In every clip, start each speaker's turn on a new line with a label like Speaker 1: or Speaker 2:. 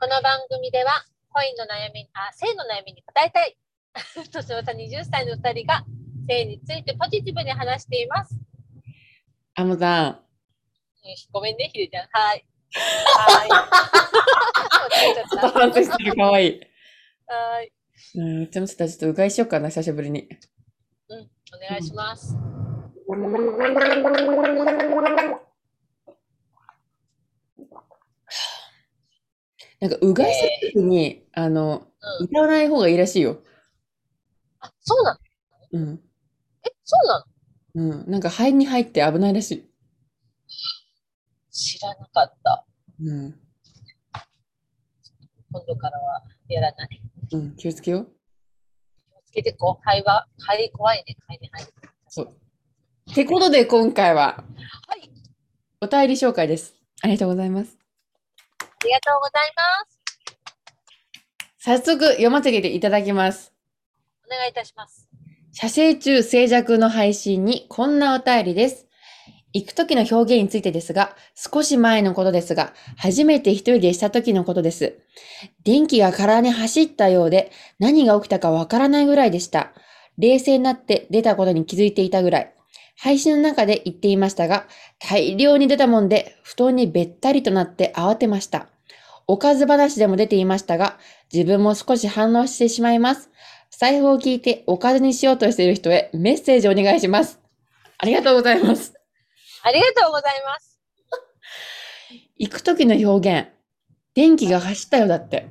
Speaker 1: この番組では恋の悩みあ性の悩みに答えたい 年の差20歳の2人が性についてポジティブに話しています。うん
Speaker 2: アムさん、
Speaker 1: ごめんね、ひでちゃん。はい。はい。
Speaker 2: ちょっと反省してる、かわいい。
Speaker 1: はい。
Speaker 2: うん、うちもちょっとちょっとうがいしようかな、久しぶりに。
Speaker 1: うん、お願いします。
Speaker 2: なんか、うがいするときに、あの、歌わない方がいいらしいよ。
Speaker 1: あ、そうなの
Speaker 2: うん。
Speaker 1: え、そうなの
Speaker 2: うん。なんか、肺に入って危ないらしい。
Speaker 1: 知らなかった。
Speaker 2: うん。
Speaker 1: 今度からはやらない。
Speaker 2: うん、気をつけよう。
Speaker 1: つけてこう、肺は、肺怖いね、肺に入る。
Speaker 2: そう。ってことで、今回は、
Speaker 1: はい、
Speaker 2: お便り紹介です。ありがとうございます。
Speaker 1: ありがとうございます。
Speaker 2: 早速、読ませていただきます。
Speaker 1: お願いいたします。
Speaker 2: 写生中静寂の配信にこんなお便りです。行く時の表現についてですが、少し前のことですが、初めて一人でした時のことです。電気が空に走ったようで、何が起きたかわからないぐらいでした。冷静になって出たことに気づいていたぐらい。配信の中で言っていましたが、大量に出たもんで、布団にべったりとなって慌てました。おかず話でも出ていましたが、自分も少し反応してしまいます。財布を聞いておかずにしようとしている人へメッセージお願いします。ありがとうございます。
Speaker 1: ありがとうございます。
Speaker 2: 行く時の表現。電気が走ったよだって。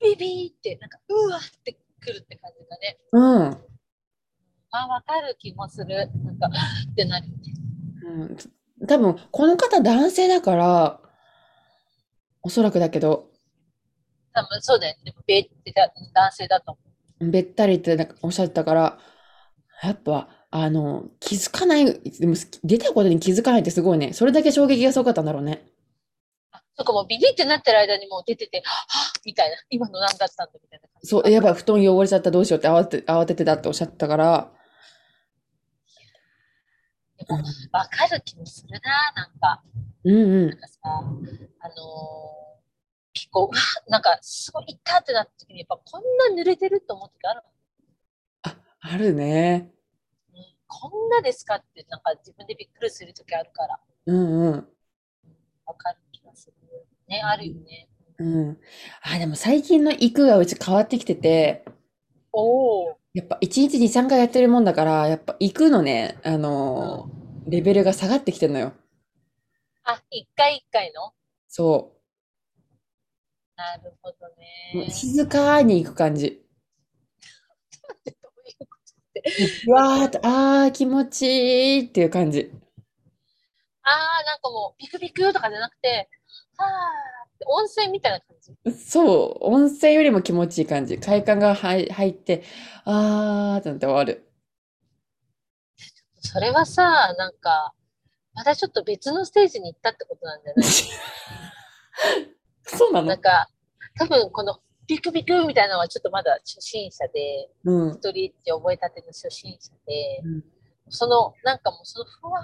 Speaker 1: ビビーって、なんか、うわってくるって感じだね。
Speaker 2: うん。
Speaker 1: あ、わかる気もする。なんか、ってなるよね。
Speaker 2: うん、多分、この方男性だから、おそらくだけど、
Speaker 1: 多分そうだよね。でもベってだ男性だと思う。
Speaker 2: べったりってなんかおっしゃってたから、やっぱ、あの、気づかない、でも出たことに気づかないってすごいね。それだけ衝撃がすごかったんだろうね。
Speaker 1: あ、そこもうビビってなってる間にもう出てて、はっみたいな。今の何だったんだみたいな感じ。
Speaker 2: そう、やっぱ布団汚れちゃったどうしようって慌て慌ててたっておっしゃってたから、
Speaker 1: でもわかる気もするな、なんか。
Speaker 2: うんうん
Speaker 1: なん。かさ、あのー結構、うわなんか、すごい、いったってなった時に、やっぱこんな濡れてると思う時ある
Speaker 2: あるね。
Speaker 1: もん、うんこんなですかって、なんか自分でびっくりする時あるから、
Speaker 2: うんうん。
Speaker 1: わかる気がする。ね、あるよね。
Speaker 2: うん。あ、でも最近の行くがうち変わってきてて、
Speaker 1: おお。
Speaker 2: やっぱ1日2、3回やってるもんだから、やっぱ行くのね、あのーレベルが下がってきてんのよ。
Speaker 1: あ、一回一回の
Speaker 2: そ
Speaker 1: なるほど
Speaker 2: う。もう
Speaker 1: ね。
Speaker 2: 静かに行く感じ。
Speaker 1: どういうことって
Speaker 2: うわーっと、あー気持ちいいっていう感じ。
Speaker 1: あー、なんかもう、ピクピクとかじゃなくて、はーって温泉みたいな感じ。
Speaker 2: そう。温泉よりも気持ちいい感じ。快感が入入って、あーってなって終わる。
Speaker 1: それはさ、なんか、またちょっと別のステージに行ったってことなんじゃない
Speaker 2: そうな
Speaker 1: なん
Speaker 2: の
Speaker 1: か、多分このビクビクみたいなのはちょっとまだ初心者で、
Speaker 2: うん。
Speaker 1: 一人って覚えたての初心者で、
Speaker 2: うん
Speaker 1: その、なんかもうそのふわー、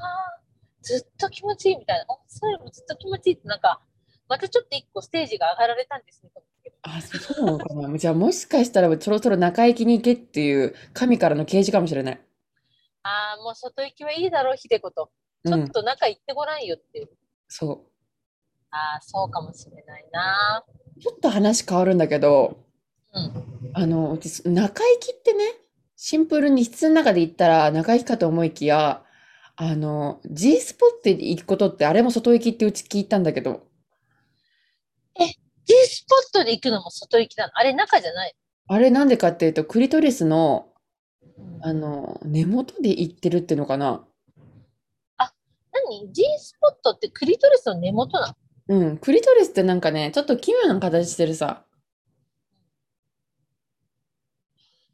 Speaker 1: ずっと気持ちいいみたいな、あ、それもずっと気持ちいいってなんか、またちょっと一個ステージが上がられたんですね。と思ったけど
Speaker 2: あ、そうなのかな。じ ゃあもしかしたら、そろそろ中行きに行けっていう神からの啓示かもしれない。
Speaker 1: ああ、もう外行きはいいだろう、ひでこと。
Speaker 2: う
Speaker 1: ちょ
Speaker 2: ん
Speaker 1: っ。と中行ってごらんよっていう。
Speaker 2: そ
Speaker 1: ああ、そうかもしれないな。
Speaker 2: う。ちょっと話変わるんだけど、
Speaker 1: うん。
Speaker 2: あの、うち中行きってね、シンプルに室の中で行ったら中行きかと思いきや、あの、G スポットに行くことってあれも外行きってうち聞いたんだけど、
Speaker 1: G スポットで行くのも外行きなの。あれ、中じゃない。
Speaker 2: あれなんでかっていうと、クリトリスの、
Speaker 1: うん
Speaker 2: あの、根元で行ってるっていうのかな。
Speaker 1: 何 ?G スポットってクリトリスの根元なの
Speaker 2: うん、クリトリスってなんかね、ちょっと奇妙な形してるさ。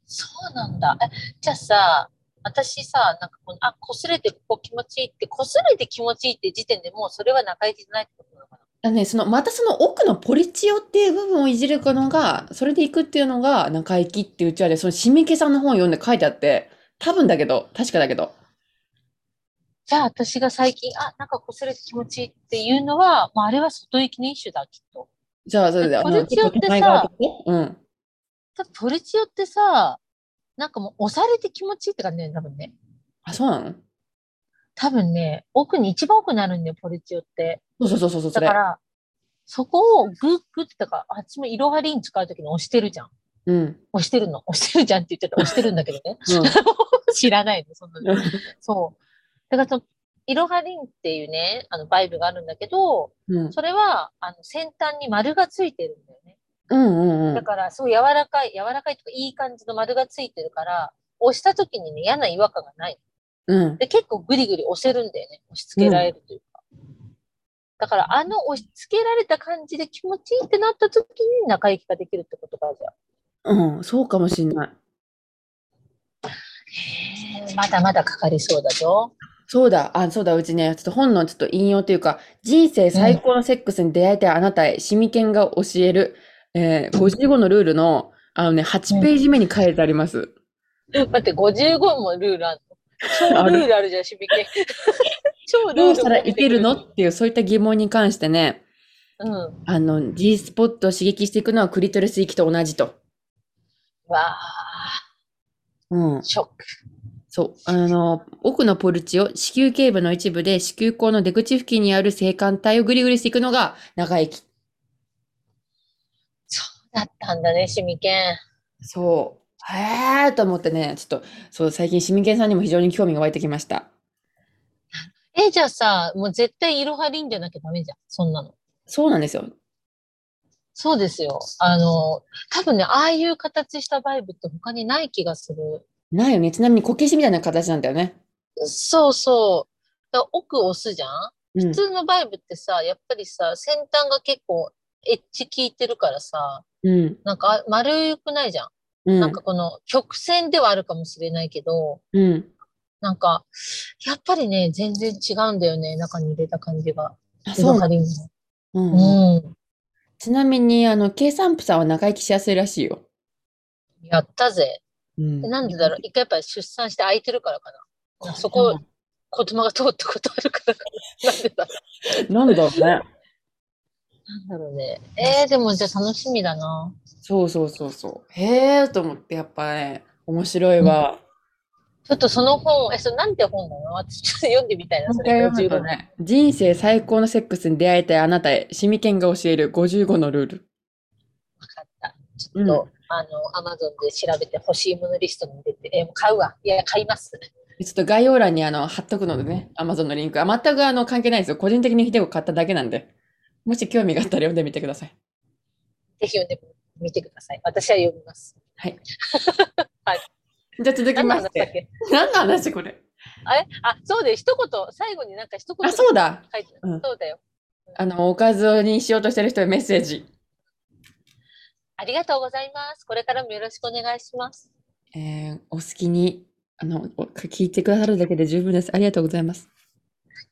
Speaker 1: そうなんだ。え、じゃあさ、私さ、なんかこの、あ、擦れてここ気持ちいいって、擦れて気持ちいいって時点でもうそれは中行きじゃないってことなのかな
Speaker 2: あね、その、またその奥のポリチオっていう部分をいじるのが、それで行くっていうのが中行きっていううちはで、そのシミケさんの本を読んで書いてあって、多分だけど、確かだけど。
Speaker 1: じゃあ私が最近、あ、なんか擦れて気持ちいいっていうのは、まああれは外行きの一種だ、きっと。
Speaker 2: じゃあ、それで、あ
Speaker 1: これ
Speaker 2: の、ちょっと手前側とかねうん。
Speaker 1: 多分トレチオってさ、なんかもう押されて気持ちいいって感じだよね、多分ね。
Speaker 2: あ、そうなの
Speaker 1: 多分ね、奥に、一番奥になるんだよ、ポルチオって。
Speaker 2: そうそうそうそう、そ
Speaker 1: だ
Speaker 2: れ
Speaker 1: か。ら、そこをグッグッて、だから、あっちもイロハリン使うときに押してるじゃん。
Speaker 2: うん。うん
Speaker 1: 押してるの、押してるじゃんって言ってた、押してるんだけどね。 知らないの、そんなの。そう。だからその、イロハリンっていうね、あの、バイブがあるんだけど、
Speaker 2: うん。
Speaker 1: それは、あの、先端に丸がついてるんだよね。
Speaker 2: うんうんう
Speaker 1: だ
Speaker 2: ん。
Speaker 1: から、すごい柔らかい、柔らかいとか、いい感じの丸がついてるから、押した時にね、嫌な違和感がない。
Speaker 2: うん。
Speaker 1: で、結構グリグリ押せるんだよね。押し付けられるというか。だから、あの押し付けられた感じで気持ちいいってなった時に中行きができるってことか、じゃあ。
Speaker 2: うん。そうかもしんない。
Speaker 1: へーまだまだかかりそうだぞ。
Speaker 2: そうだ、あ、そうだ、うちね、ちょっと本のちょっと引用というか、人生最高のセックスに出会えたあなたへ、シミケンが教える、えー、55のルールの、あのね、8ページ目に書いてあります。
Speaker 1: 待って、55もルールあるの超ルールあるじゃん、しび け。超ルール。
Speaker 2: どうしたらいけるのっていう、そういった疑問に関してね、
Speaker 1: うん。
Speaker 2: あの、G スポットを刺激していくのはクリトリス域と同じと。
Speaker 1: わあ、
Speaker 2: うん。
Speaker 1: ショック。
Speaker 2: そう。あの、奥のポルチを子宮頸部の一部で子宮口の出口付近にある性感帯をグリグリしていくのが長生き。
Speaker 1: そうだったんだね、しみけん。
Speaker 2: そう。へえーと思ってね、ちょっと、そう、最近、市民権さんにも非常に興味が湧いてきました。
Speaker 1: え、じゃあさ、もう絶対イロハリンじゃなきゃダメじゃん、そんなの。
Speaker 2: そうなんですよ。
Speaker 1: そうですよ。あの、多分ね、ああいう形したバイブって他にない気がする。
Speaker 2: ないよね。ちなみに、こけしみたいな形なんだよね。
Speaker 1: そうそう。だから奥押すじゃん
Speaker 2: うん
Speaker 1: 普。通のバイブってさ、やっぱりさ、先端が結構エッジ効いてるからさ、
Speaker 2: うん。
Speaker 1: なんかあ丸くないじゃん。
Speaker 2: うん。
Speaker 1: なんかこの曲線ではあるかもしれないけど、
Speaker 2: うん。
Speaker 1: なんか、やっぱりね、全然違うんだよね、中に入れた感じが。
Speaker 2: あ、そう
Speaker 1: な
Speaker 2: なの、
Speaker 1: ん
Speaker 2: うんうん。
Speaker 1: うん。
Speaker 2: ちなみに、あの、計算婦さんは長生きしやすいらしいよ。
Speaker 1: やったぜ。
Speaker 2: うん
Speaker 1: でなんでだろう、一回やっぱり出産して空いてるからかな。そこ、子供が通ったことあるからか な。なんでだろ
Speaker 2: なんだろうね。
Speaker 1: う。なんだろうね。えー、でもじゃあ楽しみだな。
Speaker 2: そうそうそうそう。へえーと思って、やっぱね、面白いわ。
Speaker 1: ちょっとその本、え、それなんて本なの私ちょっと読んでみたいな、それ。
Speaker 2: もう一回読むとね人生最高のセックスに出会えたあなたへ、市民権が教える55のルール。
Speaker 1: 分かった。ちょっと、あの、アマゾンで調べて欲しいものリストに出て、えもう買うわ。いや、買います。
Speaker 2: ちょっと概要欄にあの貼っとくのでね、Amazon のリンク。あ全くあの関係ないですよ。個人的にヒデコ買っただけなんで。もし興味があったら読んでみてください。
Speaker 1: ぜひ読んでみてください。私は読みます。
Speaker 2: じゃあ続き
Speaker 1: 何の
Speaker 2: ま
Speaker 1: 話だ
Speaker 2: し
Speaker 1: っけ
Speaker 2: て。何の話これ。
Speaker 1: あれあ、そうで、一言、最後になんか一言
Speaker 2: あ、そうだ。
Speaker 1: 書いて
Speaker 2: うん
Speaker 1: そうだよ。
Speaker 2: あの、おかずにしようとしてる人へメッセージ。
Speaker 1: ありがとうございます。これからもよろしくお願いします。
Speaker 2: えー、お好きに、あの、お聞いてくださるだけで十分です。ありがとうございます。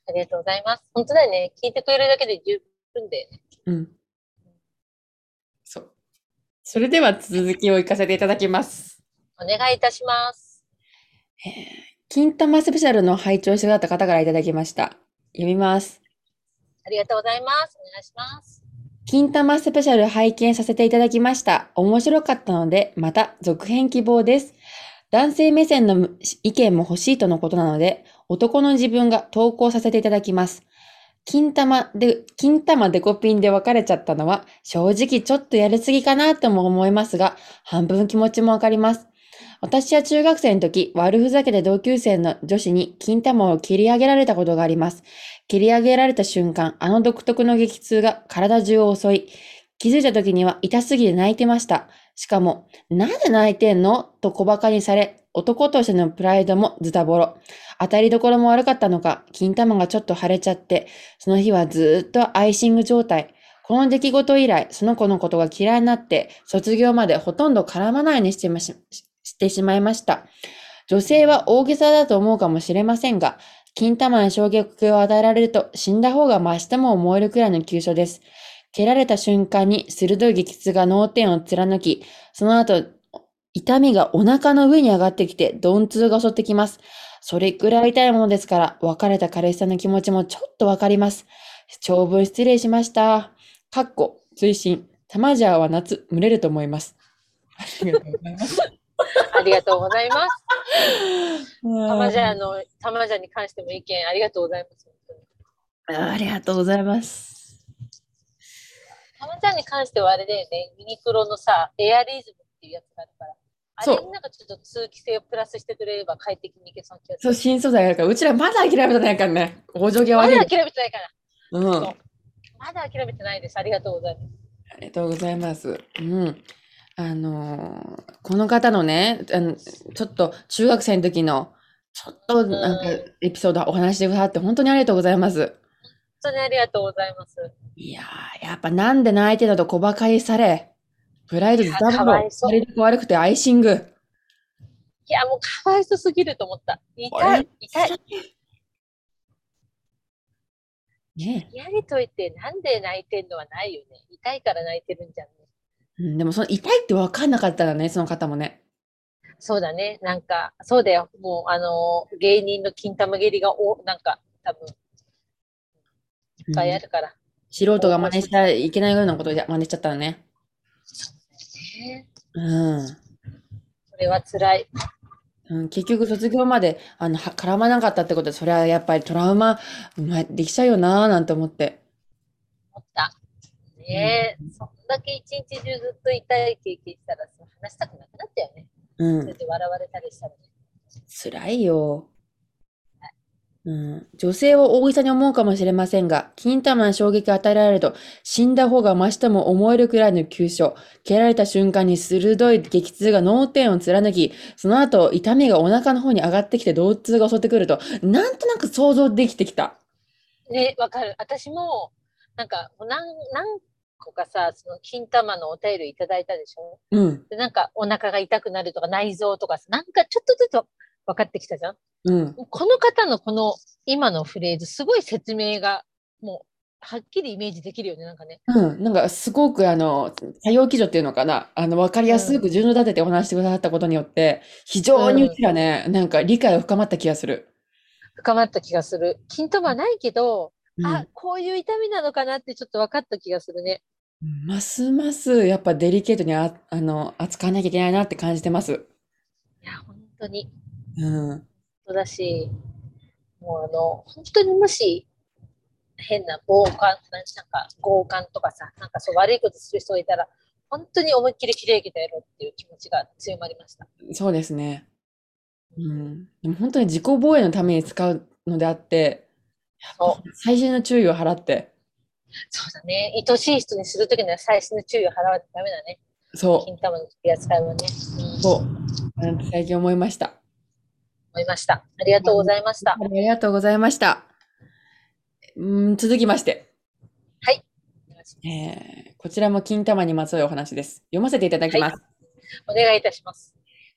Speaker 1: ありがとうございます。本当だよね。聞いてくれるだけで十分で、ね。
Speaker 2: うん。そう。それでは続きを行かせていただきます。
Speaker 1: お願いいたします。
Speaker 2: えー金玉スペシャルの拝聴してくださった方からいただきました。読みます。
Speaker 1: ありがとうございます。お願いします。
Speaker 2: 金玉スペシャル拝見させていただきました。面白かったので、また続編希望です。男性目線の意見も欲しいとのことなので、男の自分が投稿させていただきます。金玉で、金玉デコピンで別れちゃったのは、正直ちょっとやりすぎかなとも思いますが、半分気持ちもわかります。私は中学生の時、悪ふざけで同級生の女子に金玉を切り上げられたことがあります。蹴り上げられた瞬間、あの独特の激痛が体中を襲い、気づいた時には痛すぎて泣いてました。しかも、なぜ泣いてんのと小馬鹿にされ、男としてのプライドもズタボロ。当たりどころも悪かったのか、金玉がちょっと腫れちゃって、その日はずーっとアイシング状態。この出来事以来、その子のことが嫌いになって、卒業までほとんど絡まないようにしてまししてしまいました。女性は大げさだと思うかもしれませんが、金玉に衝撃を与えられると死んだ方が増しても思えるくらいの急所です。蹴られた瞬間に鋭い激痛が脳天を貫き、その後、痛みがお腹の上に上がってきて、鈍痛が襲ってきます。それくらい痛いものですから、別れた彼氏さんの気持ちもちょっとわかります。長文失礼しました。かっこ、追伸。玉じゃは夏、蒸れると思います。ありがとうござい ます。
Speaker 1: ありがとうございます。 たまじゃ
Speaker 2: あ
Speaker 1: の、たまじゃに関しても意見ありがとうございます。
Speaker 2: ーありがとうございます。
Speaker 1: たまじゃに関してはあれだよね、ユニクロのさ、エアリズムっていうやつがあるから。あ
Speaker 2: そう
Speaker 1: れになんかちょっと通気性をプラスしてくれれば快適にいけそうな気がす
Speaker 2: そう、
Speaker 1: る。
Speaker 2: 新素材だから、うちらまだ諦めてないからね。お上下
Speaker 1: ま
Speaker 2: 悪い
Speaker 1: だ。諦めてないから。
Speaker 2: うん。
Speaker 1: う
Speaker 2: あ
Speaker 1: まだ諦めてないです。ありがとうございます。
Speaker 2: りがとうございます。うん。あのーこの方のね、あのちょっと中学生の時の、ちょっとなんか
Speaker 1: う
Speaker 2: エピソードお話してくださって、本当にありがとうございます。
Speaker 1: 本当にありがとうございます。
Speaker 2: いやー、やっぱなんで泣いてたと小馬鹿にされ、プライドズダ
Speaker 1: いやか
Speaker 2: ブ
Speaker 1: わ
Speaker 2: ル、
Speaker 1: いそう
Speaker 2: 体力悪くてアイシング。
Speaker 1: いや、もうかわいそうすぎると思った。
Speaker 2: あ
Speaker 1: 痛
Speaker 2: れ
Speaker 1: い、痛い。
Speaker 2: ね
Speaker 1: やりといて、なんで泣いてんのはないよね。痛いから泣いてるんじゃんね。
Speaker 2: えうん、でもその痛いって分かんなかったらね、その方もね。
Speaker 1: そうだね。なんか、そうだよ。もう、あのー芸人の金玉蹴りが、お、なんか、多分、いっ
Speaker 2: うん
Speaker 1: ぱいあるから。
Speaker 2: 素人が真似しちゃいけないようなことで真似しちゃったらね。
Speaker 1: ね
Speaker 2: うん。
Speaker 1: それは辛い。
Speaker 2: うん、結局卒業まであのは絡まなかったってことで、それはやっぱりトラウマ、まあ、できちゃうよなーなんて思って。
Speaker 1: 思った。ねえ、そんだけ一日中ずっと痛い経験したら、そう話したくなくなったよね。
Speaker 2: う
Speaker 1: それ
Speaker 2: ん、
Speaker 1: で笑われたりしたらね。
Speaker 2: 辛いよ。うん、女性を大げさに思うかもしれませんが、金玉の衝撃を与えられると、死んだ方がましとも思えるくらいの急所。蹴られた瞬間に鋭い激痛が脳天を貫き、その後痛みがお腹の方に上がってきて動痛が襲ってくると、なんとなく想像できてきた。
Speaker 1: ね、わかる。私も、なんか、もう何、何個かさ、その、金玉のお便りいただいたでしょ
Speaker 2: うん、
Speaker 1: で、なんか、お腹が痛くなるとか、内臓とかさ、なんか、ちょっとずつ分かってきたじゃん
Speaker 2: うん、
Speaker 1: この方のこの、今のフレーズ、すごい説明が、もう、はっきりイメージできるよね、なんかね。
Speaker 2: うん。なんか、すごく、あの、作業基準っていうのかな。あの、わかりやすく順序立ててお話してくださったことによって、非常に
Speaker 1: うん
Speaker 2: うちらね、なんか理解が深まった気がする。
Speaker 1: 深まった気がする。金玉はないけど、
Speaker 2: うん
Speaker 1: あ、こういう痛みなのかなってちょっと分かった気がするね。
Speaker 2: ますますやっぱデリケートにあ、あの、扱わなきゃいけないなって感じてます。
Speaker 1: いや、本当に。
Speaker 2: うん。
Speaker 1: そうだし、もうあの、本当にもし、変な強姦、なんか、強姦とかさ、なんかそう悪いことする人がいたら、本当に思いっきり綺麗だやろうっていう気持ちが強まりました。
Speaker 2: そうですね。うん。でも本当に自己防衛のために使うのであって、やっぱ最新の注意を払って、
Speaker 1: そうだね。愛しい人にするときには最新の注意を払わないとダメだね。
Speaker 2: そ
Speaker 1: 金玉の取り扱いはね。うん
Speaker 2: う、そう、なんて最近思いました。
Speaker 1: 思いました。ありがとうございました。
Speaker 2: ありがとうございました。うん、続きまして、えーこちらも金玉にまつわるお話です。読ませていただきます。
Speaker 1: お願いいたし ます。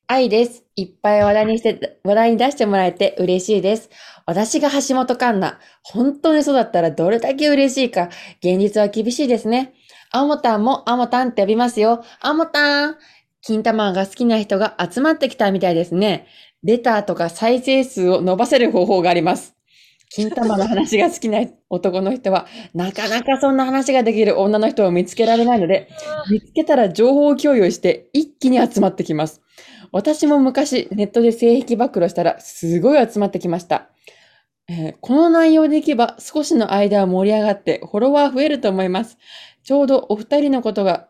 Speaker 2: 愛です。いっぱい話題にして、話題に出してもらえて嬉しいです。私が橋本環奈。本当にそうだったらどれだけ嬉しいか。現実は厳しいですね。あもたんもあもたんって呼びますよ。あもたん。金玉が好きな人が集まってきたみたいですね。レターとか再生数を伸ばせる方法があります。金玉の話が好きな男の人は、なかなかそんな話ができる女の人を見つけられないので、見つけたら情報共有して一気に集まってきます。私も昔ネットで性癖暴露したらすごい集まってきました。えーこの内容でいけば少しの間は盛り上がってフォロワー増えると思います。ちょうどお二人のことが、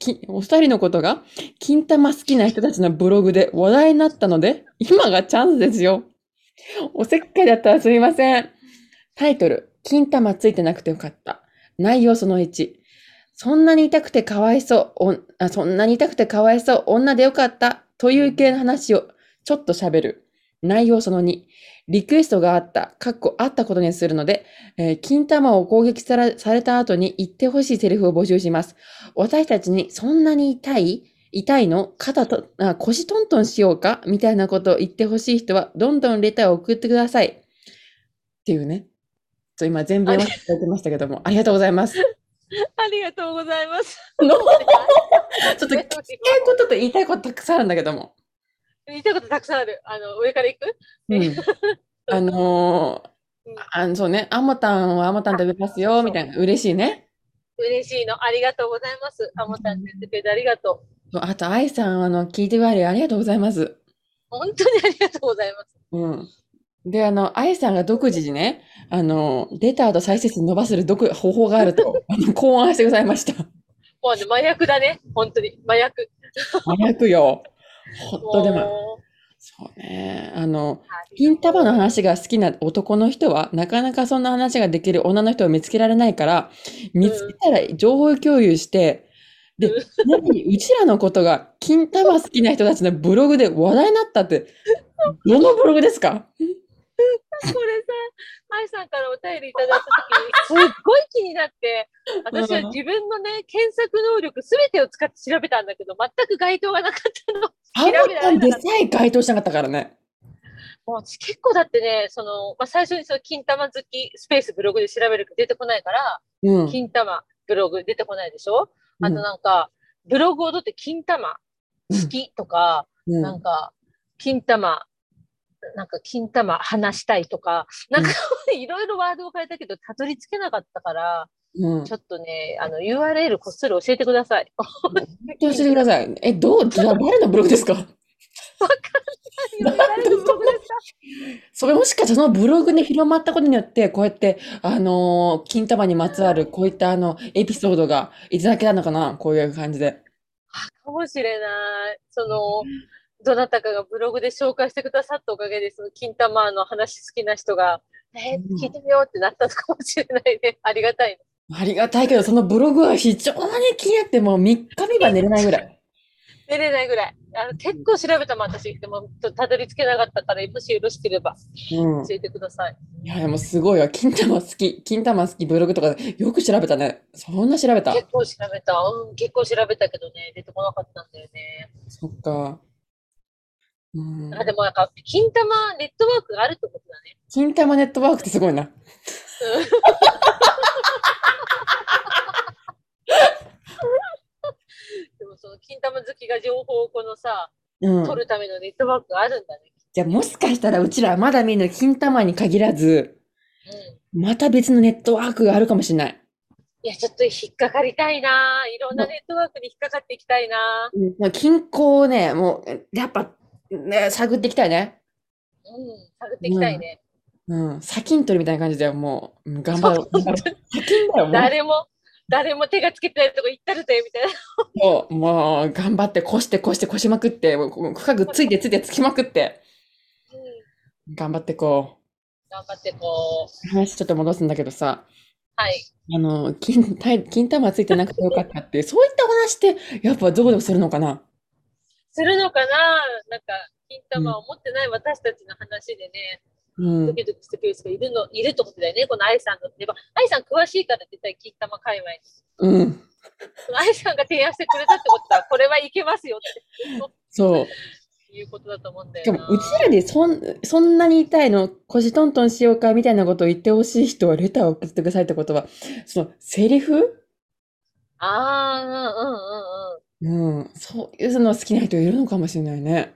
Speaker 2: きお二人のことが、金玉好きな人たちのブログで話題になったので、今がチャンスですよ。おせっかいだったらすみません。タイトル、金玉ついてなくてよかった。内容その1。そんなに痛くてかわいそう、おあ、そんなに痛くてかわいそう、女でよかった、という系の話をちょっと喋る。内容その2。リクエストがあった、かっこあったことにするので、えー金玉を攻撃されされた後に言ってほしいセリフを募集します。私たちにそんなに痛い痛いの肩とあ、腰トントンしようかみたいなことを言ってほしい人は、どんどんレターを送ってください。っていうね。ちょ今全部読ませていただきましたけども、ありがとうございます。
Speaker 1: ありがとうございます。
Speaker 2: のちょっと聞きたいことと言いたいことたくさんあるんだけども。
Speaker 1: 言いたいことたくさんある。あの、上から行く
Speaker 2: うん。あのー
Speaker 1: うん
Speaker 2: あの、そうね、あまたんはあまたん食べますよ、みたいな、嬉しいね。
Speaker 1: 嬉しいの。ありがとうございます。あもたんって言ってくれてありがとう。
Speaker 2: そうあと、愛さん、あの、聞いてくれてありがとうございます。
Speaker 1: 本当にありがとうございます。
Speaker 2: うん。で、あの、愛さんが独自にね、あの、出た後再生数伸ばせる独方法がある と、あの考案してございました。
Speaker 1: もうね、麻薬だね。本当に。麻薬。
Speaker 2: 早くよ。ほっとでも。
Speaker 1: も
Speaker 2: そうね。あ
Speaker 1: う
Speaker 2: の、
Speaker 1: はい
Speaker 2: 金束の話が好きな男の人は、なかなかそんな話ができる女の人を見つけられないから、見つけたら情報共有 して、で
Speaker 1: う、
Speaker 2: なのにうちらのことが金玉好きな人たちのブログで話題になったって、どのブログですか
Speaker 1: これさ、愛さんからお便りいただいたときに、すっごい気になって、私は自分のね、検索能力すべてを使って調べたんだけど、全く該当がなかったの。
Speaker 2: あ
Speaker 1: べ
Speaker 2: ま
Speaker 1: られなか
Speaker 2: た
Speaker 1: った
Speaker 2: んでさえ該当しなかったからね。
Speaker 1: もう私結構だってね、その、まあ、最初にその金玉好きスペースブログで調べると出てこないから、
Speaker 2: うん。
Speaker 1: 金玉ブログ出てこないでしょあとなんか、ブログを取って金玉好きとか、
Speaker 2: うん
Speaker 1: なんか、金玉、なんか金玉話したいとか、なんか いろいろワードを変えたけど、たどり着けなかったから、
Speaker 2: うん。
Speaker 1: ちょっとね、あの URL こっそり教えてください。
Speaker 2: 本当に教えてください。え、どう、じゃあ誰のブログですか
Speaker 1: URL ブログですか
Speaker 2: それもしかしたらそのブログで広まったことによって、こうやって、あのー金玉にまつわる、こういったあの、エピソードがいただけたのかなこういう感じで。
Speaker 1: かもしれない。その、どなたかがブログで紹介してくださったおかげで、その金玉の話好きな人が、えー
Speaker 2: うん
Speaker 1: 聞いてみようってなったのかもしれないね。 ありがたいね。
Speaker 2: ありがたいけど、そのブログは非常に気になって、もう3日目は寝れないぐらい。
Speaker 1: 寝れないぐらい。あの結構調べたもん私。でも、ちょっとたどり着けなかったから、もしよろしければ
Speaker 2: うん。
Speaker 1: 教えてください。
Speaker 2: いや、でもすごいわ。金玉好き。金玉好きブログとかよく調べたね。そんな調べた。
Speaker 1: 結構調べた。うん、結構調べたけどね、出てこなかったんだよね。
Speaker 2: そっか。うん。
Speaker 1: あでも、なんか、金玉ネットワークがあるってことだね。
Speaker 2: 金玉ネットワークってすごいな。
Speaker 1: でも、その金玉好きが情報をこのさ、
Speaker 2: うん。
Speaker 1: 取るためのネットワークがあるんだね。
Speaker 2: じゃあもしかしたらうちらまだ見ぬ金玉に限らず、
Speaker 1: うん。
Speaker 2: また別のネットワークがあるかもしれない。
Speaker 1: いや、ちょっと引っかかりたいなぁ。いろんなネットワークに引っかかっていきたいなぁ。
Speaker 2: うん、均衡をね、もう、やっぱ、ね、探っていきたいね。
Speaker 1: うん、探っていきたいね。
Speaker 2: うん。砂金取りみたいな感じだよ、もう。うん頑張ろう。頑張ろう。砂金だよ、もう。
Speaker 1: 誰も、誰も手がつけてないとこ行ったるぜ、みたいな。
Speaker 2: そうもう、頑張って、こして、こして、こしまくって、もうこう深くついて、ついて、つきまくって、
Speaker 1: うん、
Speaker 2: 頑張ってこ
Speaker 1: 頑張ってこう。
Speaker 2: う。話ちょっと戻すんだけどさ、
Speaker 1: はい。
Speaker 2: あの、金、たい金玉ついてなくてよかったっていう、そういったお話って、やっぱどうでもするのかな。
Speaker 1: するのかなぁ。なんか、金玉を持ってない私たちの話でね、
Speaker 2: うん
Speaker 1: ド。キドキしてくる人がいるの、いるってことだよね。この愛さんの。でも、愛さん詳しいから絶対金玉界隈に。
Speaker 2: うん。
Speaker 1: その愛さんが提案してくれたってことは、これはいけますよ
Speaker 2: そう。
Speaker 1: っていうことだと思うんだ
Speaker 2: しか
Speaker 1: よな。、
Speaker 2: もうちらでそんそんなに痛いの、腰トントンしようかみたいなことを言ってほしい人はレターを送ってくださいってことは、そのセリフ
Speaker 1: ああ、うんうんうんうん。
Speaker 2: うん、そういうの好きな人いるのかもしれないね。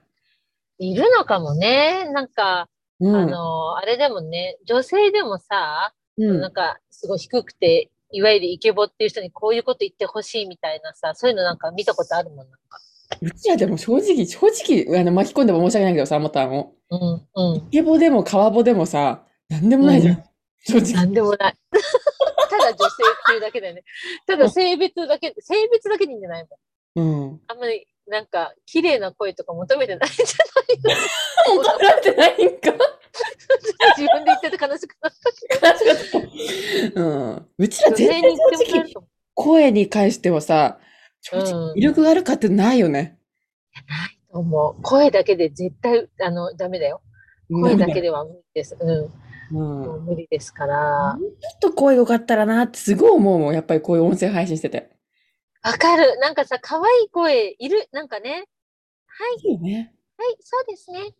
Speaker 1: いるのかもね。なんか、
Speaker 2: うん。
Speaker 1: あの、あれでもね、女性でもさ、
Speaker 2: うん、
Speaker 1: なんか、すごい低くて、いわゆるイケボっていう人にこういうこと言ってほしいみたいなさ、そういうのなんか見たことあるもん、なんか。
Speaker 2: うちらでも正直、正直、あの巻き込んでも申し訳ないけどさ、モタンを。
Speaker 1: うん、うん。
Speaker 2: イケボでも川ボでもさ、なんでもないじゃん。正
Speaker 1: な
Speaker 2: 直。
Speaker 1: んでもない。ただ女性っていうだけだよね。ただ性別だけ、性別だけでいいんじゃないもん。
Speaker 2: うん。
Speaker 1: あんまり、なんか、綺麗な声とか求めてないじゃ
Speaker 2: 本当なんてないんか。
Speaker 1: ない自分で言ってて悲しくなった。
Speaker 2: うん。うちら
Speaker 1: 女
Speaker 2: 全
Speaker 1: 性
Speaker 2: 然
Speaker 1: に言って
Speaker 2: 正
Speaker 1: もらえ
Speaker 2: 直
Speaker 1: る、と思
Speaker 2: 声に関してはさ、正直
Speaker 1: うん
Speaker 2: 魅力があるかってないよね。
Speaker 1: う思う。声だけで絶対、あの、ダメだよ。声だけでは無理です。うん。
Speaker 2: うん。
Speaker 1: もう
Speaker 2: も
Speaker 1: 無理ですから。わ
Speaker 2: っと声良かったらなってすごい思うもん。やっぱりこういう音声配信してて。
Speaker 1: かる。なんかさ、可愛い声いる。なんかね。
Speaker 2: いいね。
Speaker 1: はい、そうですね。はい、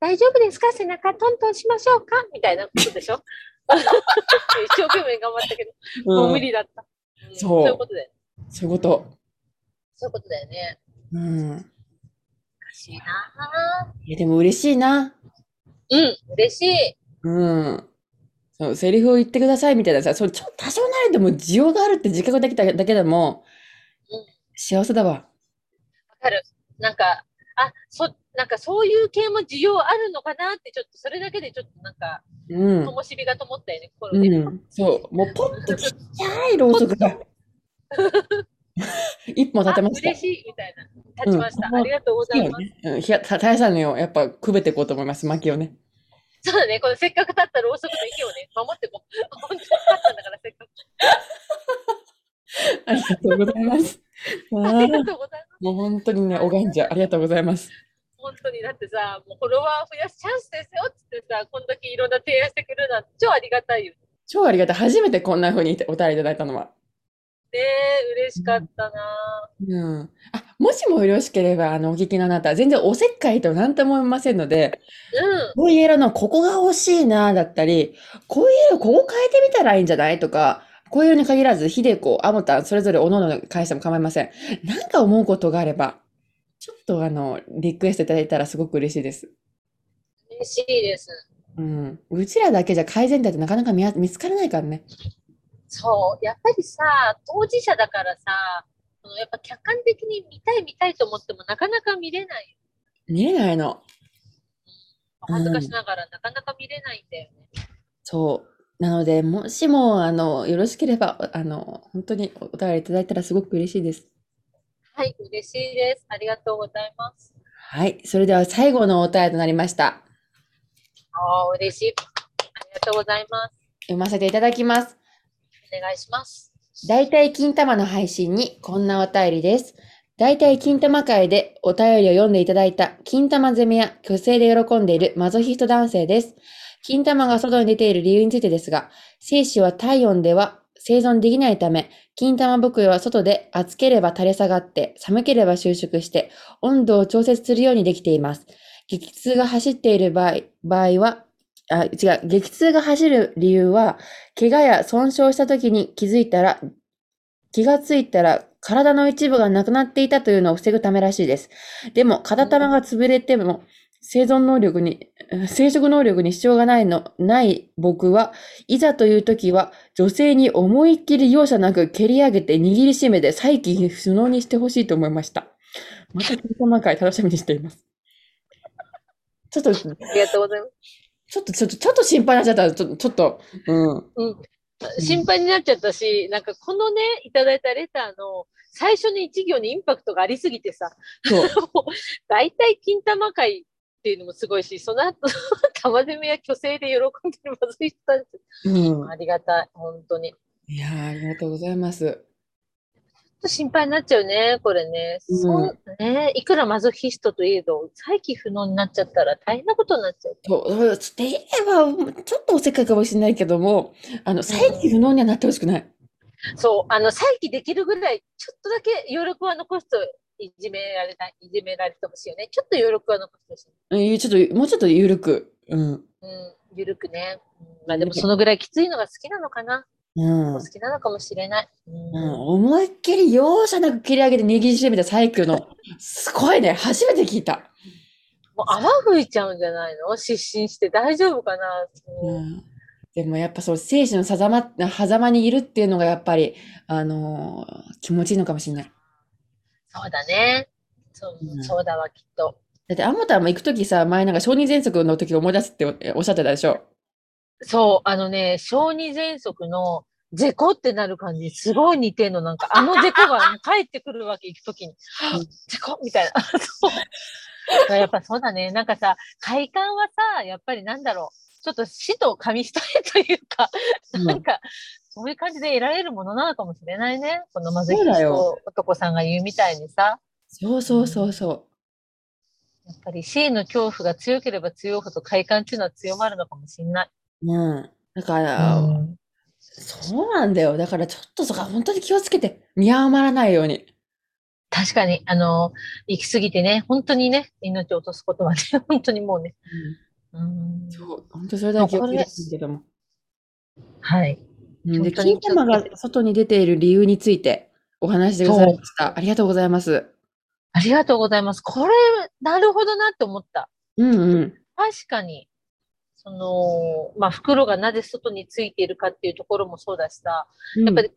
Speaker 1: 大丈夫ですか背中トントンしましょうかみたいなことでしょ 一生懸命頑張ったけど、もう無
Speaker 2: うん
Speaker 1: 理だった。ん
Speaker 2: そう
Speaker 1: そういうことだよ。
Speaker 2: そういうこと。
Speaker 1: そういうことだよね。
Speaker 2: うん。
Speaker 1: 嬉しいな。
Speaker 2: いやでも嬉しいな。
Speaker 1: うん、嬉しい。
Speaker 2: うん。そう、セリフを言ってくださいみたいなさ、そう、ちょ、多少なりでも需要があるって自覚できただけでも
Speaker 1: うん、
Speaker 2: 幸せだわ。
Speaker 1: わかる。なんか、あ、そ、なんかそういう系も需要あるのかなって、ちょっとそれだけでちょっとなんか、
Speaker 2: うん。
Speaker 1: 灯火が灯ったよね、心で。
Speaker 2: うん。そう。もうポッとちっちゃいろうそくが。 一本立てまし
Speaker 1: あ
Speaker 2: た。
Speaker 1: 嬉しいみたいな。立ちました。
Speaker 2: うん
Speaker 1: ありがとうございます。
Speaker 2: うん、ひや、た、たやさんのよ、やっぱ、くべていこうと思います、薪をね。
Speaker 1: そうだね、このせっかく立ったろうそくの息をね、守ってこう。本当に立ったんだから、せっかく。
Speaker 2: ありがとうござ います。
Speaker 1: あり
Speaker 2: も
Speaker 1: がとうございます。
Speaker 2: う本当にね、拝んじゃう、ありがとうございます。
Speaker 1: 本当にだってさ、もうフォロワー増やすチャンスですよっつってさ、こんだけいろんな提案してくれるのは超ありがたいよ。
Speaker 2: 超ありがたい。初めてこんな風にお便りいただいたのは。
Speaker 1: ねえ、嬉しかったな。
Speaker 2: うん。あ、もしもよろしければ、あの、お聞きのあなた、全然おせっかいと何とも思いませんので、
Speaker 1: うん、
Speaker 2: こういう色のここが欲しいな、だったり、こういう色ここ変えてみたらいいんじゃないとか、こういうのに限らず、ひでこ、あもたん、それぞれおのの会社も構いません。なんか思うことがあれば、ちょっとあの、リクエストいただいたらすごく嬉しいです。
Speaker 1: 嬉しいです。
Speaker 2: うん。うちらだけじゃ改善点ってなかなか見や見つからないからね。
Speaker 1: そう、やっぱりさ、当事者だからさ、そのやっぱ客観的に見たい見たいと思ってもなかなか見れない。
Speaker 2: 見れないの。
Speaker 1: 恥ずかしながらなかなか見れないんだよね。
Speaker 2: そう。なので、もしも、あの、よろしければ、あの、本当におお便りいただいたらすごく嬉しいです。
Speaker 1: はい、嬉しいです。ありがとうございます。
Speaker 2: はい。それでは最後のお便りとなりました。
Speaker 1: ああ、嬉しい。ありがとうございます。
Speaker 2: 読ませていただきます。
Speaker 1: お願いします。
Speaker 2: 大体金玉の配信にこんなお便りです。大体金玉会でお便りを読んでいただいた金玉攻めや虚勢で喜んでいるマゾヒスト男性です。金玉が外に出ている理由についてですが、精子は体温では生存できないため、金玉僕は外で熱ければ垂れ下がって、寒ければ収縮して、温度を調節するようにできています。激痛が走っている場合場合は、あ、違う、激痛が走る理由は、怪我や損傷した時に気づいたら、気がついたら体の一部がなくなっていたというのを防ぐためらしいです。でも、片玉が潰れても、生存能力に、うん生殖能力に支障がないの、ない僕は、いざという時は、女性に思いっきり容赦なく蹴り上げて握りしめて再起不能にしてほしいと思いました。また、金玉会楽しみにしています。ちょっと、ちょ
Speaker 1: ありがとうございます。
Speaker 2: っと、ちょっと、ちょっと心配になっちゃった。ちょっと、ちょっと、うん。
Speaker 1: うん、心配になっちゃったし、なんかこのね、いただいたレターの最初の一行にインパクトがありすぎてさ、
Speaker 2: そう。
Speaker 1: もう 大体金玉会っていうのもすごいし、その後、 玉攻めや虚勢で喜んでるまずい人たち。
Speaker 2: うん。
Speaker 1: ありがたい、本当に。ちょ
Speaker 2: いやーありがとうございます。
Speaker 1: っと心配になっちゃうね、これね。
Speaker 2: うん
Speaker 1: そうね、いくらマゾヒストといえど、再起不能になっちゃったら大変なことになっちゃう。
Speaker 2: と、つって言えば、ちょっとおせっかいかもしれないけども、あの、再起不能にはなってほしくない。
Speaker 1: そう、あの、再起できるぐらい、ちょっとだけ余力は残すといじめられた、いじめられてほしいよね。ちょっと余力は残してほしい。
Speaker 2: うんちょっと、もうちょっと緩く。うん。
Speaker 1: うん、ゆるくね。うんまあでもそのぐらいきついのが好きなのかな。
Speaker 2: うん。う
Speaker 1: お好きなのかもしれない。うん
Speaker 2: ん、思いっきり容赦なく切り上げて握りしめた最強の、すごいね、初めて聞いた。
Speaker 1: もう泡吹いちゃうんじゃないの失神して大丈夫かな、
Speaker 2: うん、でもやっぱそう、生死の狭間、狭間にいるっていうのがやっぱり、あのー気持ちいいのかもしれない。
Speaker 1: そうだね。そう,、
Speaker 2: うん
Speaker 1: そうだわ、きっと。
Speaker 2: だって、あもたも行くときさ、前なんか、小児喘息の時思い出すっておおっしゃってたでしょ。
Speaker 1: そう、あのね、小児喘息のゼコってなる感じ、すごい似てんの。なんか、あのゼコ が帰ってくるわけ、行くときに。はっゼコみたいな。そうだからやっぱそうだね。なんかさ、快感はさ、やっぱりなんだろう。ちょっと死と紙一重というか、
Speaker 2: うん
Speaker 1: なんか、そういう感じで得られるものなのかもしれないね。このまずい
Speaker 2: そうだよ
Speaker 1: 男さんが言うみたいにさ、
Speaker 2: そうそうそうそう。
Speaker 1: やっぱり死への恐怖が強ければ強いほど快感っていうのは強まるのかもしれない。
Speaker 2: うん。だから、
Speaker 1: うん
Speaker 2: そうなんだよ。だからちょっとそこは本当に気をつけて、見余らないように。
Speaker 1: 確かに、あの、行き過ぎてね、本当にね、命を落とすことはね、 本当にもうね。うん
Speaker 2: そう、本当それだけ気をつけてほしいけども。
Speaker 1: はい。
Speaker 2: うんで、
Speaker 1: 本当に
Speaker 2: 金玉
Speaker 1: 気をつけ
Speaker 2: が
Speaker 1: て
Speaker 2: 外に出ている理由についてお話してくださいました。ありがとうございます。
Speaker 1: ありがとうございます。これ、なるほどなって思った。
Speaker 2: うんうん。
Speaker 1: 確かに、その、まあ、袋がなぜ外についているかっていうところもそうだしさ、
Speaker 2: や
Speaker 1: やっぱり、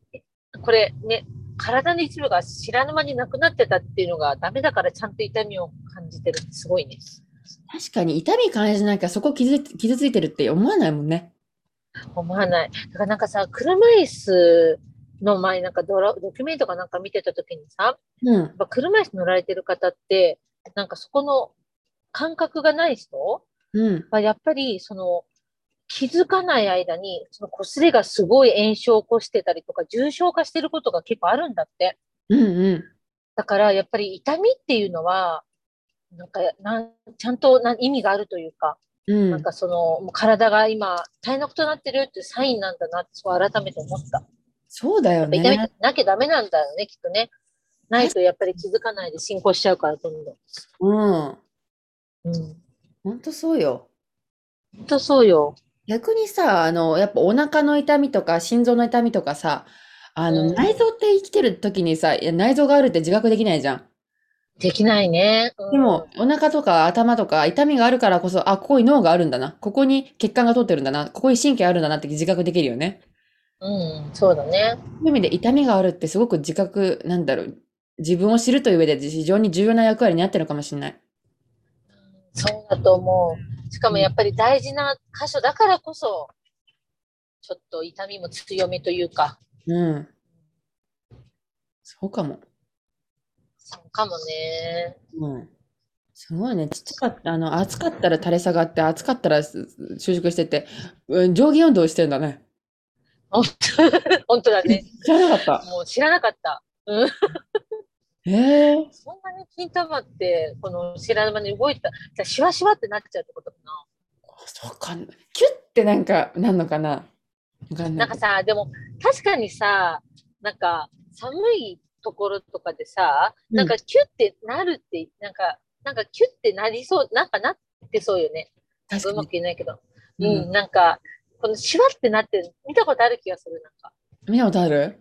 Speaker 1: これね、体の一部が知らぬ間になくなってたっていうのがダメだからちゃんと痛みを感じてるってすごいね。
Speaker 2: 確かに痛み感じなきゃそこ傷つ傷ついてるって思わないもんね。
Speaker 1: 思わない。だからなんかさ、車椅子の前なんかドラドキュメントかなんか見てた時にさ、やっ
Speaker 2: うん。
Speaker 1: ぱ車椅子乗られてる方って、なんかそこの感覚がない人
Speaker 2: うん。
Speaker 1: はやっぱりその気づかない間にその擦れがすごい炎症を起こしてたりとか重症化してることが結構あるんだって。
Speaker 2: うんうん。
Speaker 1: だからやっぱり痛みっていうのは、なんかなんちゃんとな意味があるというか、
Speaker 2: うん、
Speaker 1: なんかそのもう体が今大変なことになってるっていうサインなんだなってそう改めて思った。
Speaker 2: そうだよ
Speaker 1: 痛みっ
Speaker 2: ね。
Speaker 1: てなきゃダメなんだよね、きっとね。ないとやっぱり気づかないで進行しちゃうから、どんど
Speaker 2: うん。
Speaker 1: ん。うん。
Speaker 2: ほんとそうよ。
Speaker 1: ほんとそうよ。
Speaker 2: 逆にさ、あの、やっぱお腹の痛みとか心臓の痛みとかさ、あの、
Speaker 1: うん
Speaker 2: 内臓って生きてる時にさ、いや内臓があるって自覚できないじゃん。
Speaker 1: できないね。うん
Speaker 2: でも、お腹とか頭とか痛みがあるからこそ、あ、ここに脳があるんだな。ここに血管が通ってるんだな。ここに神経あるんだなって自覚できるよね。
Speaker 1: うん、そうだね。
Speaker 2: そういう意味で痛みがあるってすごく自覚、なんだろう。自分を知るという上で非常に重要な役割になってるのかもしれない。
Speaker 1: そうだと思う。しかもやっぱり大事な箇所だからこそ、ちょっと痛みも強めというか、
Speaker 2: うん。そうかも。
Speaker 1: そうかもね。
Speaker 2: うん。すごいね。ちっちゃかった、あの、暑かったら垂れ下がって、暑かったらす収縮してって、うん、上下運動してんだね。
Speaker 1: 本当本当だね。
Speaker 2: 知らなかった。
Speaker 1: もう知らなかった。
Speaker 2: へえ。
Speaker 1: そんなに金玉って、この知らぬ間に動いた、じゃあシワシワってなっちゃうってことかな。
Speaker 2: そうかんない。キュッてなんか、なんのかな。わかん
Speaker 1: な
Speaker 2: な
Speaker 1: ん
Speaker 2: い
Speaker 1: か。さ、でも確かにさ、なんか寒いところとかでさ、
Speaker 2: うん
Speaker 1: なんかキュッてなるって、なんか、なんかキュッてなりそう、なんかなってそうよね。
Speaker 2: 確か
Speaker 1: うま
Speaker 2: に
Speaker 1: く言えないけど。う
Speaker 2: うん
Speaker 1: ん、なんか、このシワってなってる、見たことある気がする、なんか。
Speaker 2: 見たことある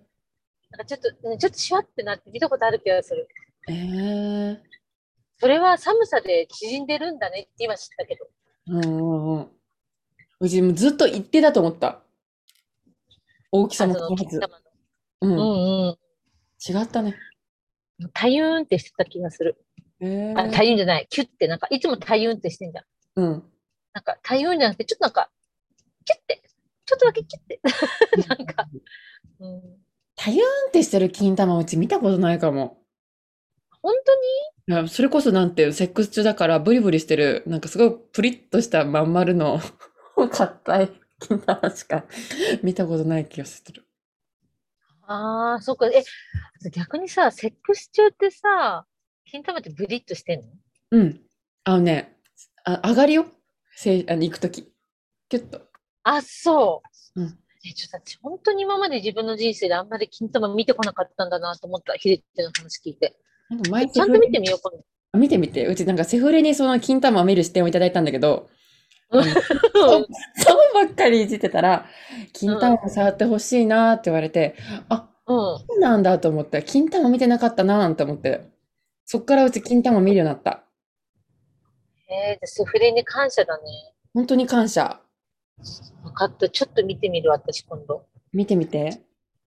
Speaker 1: なんかちょっと、うんちょっとシワってなって見たことある気がする。
Speaker 2: ええ。
Speaker 1: それは寒さで縮んでるんだねって今知ったけど。
Speaker 2: うんうんうん。うちもずっと一定だと思った。大きさも
Speaker 1: あ
Speaker 2: そ
Speaker 1: その
Speaker 2: のは
Speaker 1: 金
Speaker 2: ず。
Speaker 1: 玉
Speaker 2: う
Speaker 1: の。
Speaker 2: ん。
Speaker 1: うんうん。
Speaker 2: 違ったね。
Speaker 1: たゆーんってしてた気がする。
Speaker 2: へえ。
Speaker 1: あ、たゆーんじゃない。キュッて、なんか、いつもたゆーんってしてんじゃん。
Speaker 2: うん。
Speaker 1: なんか、対応じゃなくて、ちょっとなんか、キュッて、ちょっとだけキュッて、なんか、うん、
Speaker 2: たゆーんってしてる金玉うち見たことないかも。
Speaker 1: 本当に
Speaker 2: いやそれこそなんてセックス中だからブリブリしてるなんかすごいプリッとしたまん丸の硬い金玉しか見たことない気がする。
Speaker 1: ああ、そっか、え、逆にさ、セックス中ってさ、金玉ってブリッとしてんの
Speaker 2: うん。あのね、あ上がりよ。せいあの行くとき。キュッと。
Speaker 1: あ、そう。
Speaker 2: うん
Speaker 1: え、ちょっと私、本当に今まで自分の人生であんまり金玉見てこなかったんだなと思った、ヒデちゃんの話聞いて。
Speaker 2: なんか毎
Speaker 1: ちゃんと見てみよう、今
Speaker 2: あ見てみて。うちなんかセフレにその金玉を見る視点をいただいたんだ けど、
Speaker 1: 度。
Speaker 2: そうばっかりいじってたら、金玉を触ってほしいなって言われて、あ、
Speaker 1: うん。
Speaker 2: そうなんだと思って、金玉見てなかったななんて思って、そっからうち金玉見るようになった。
Speaker 1: えー、じゃあセフレに感謝だね。
Speaker 2: 本当に感謝。
Speaker 1: 分かった。ちょっと見てみる、私、今度。
Speaker 2: 見てみて。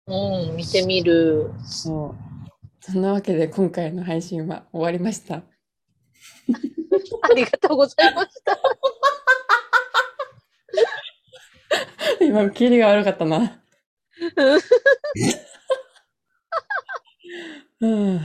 Speaker 1: うん、見てみる。
Speaker 2: そう。そんなわけで今回の配信は終わりました。
Speaker 1: ありがとうございました。
Speaker 2: 今、キリが悪かったな。うん。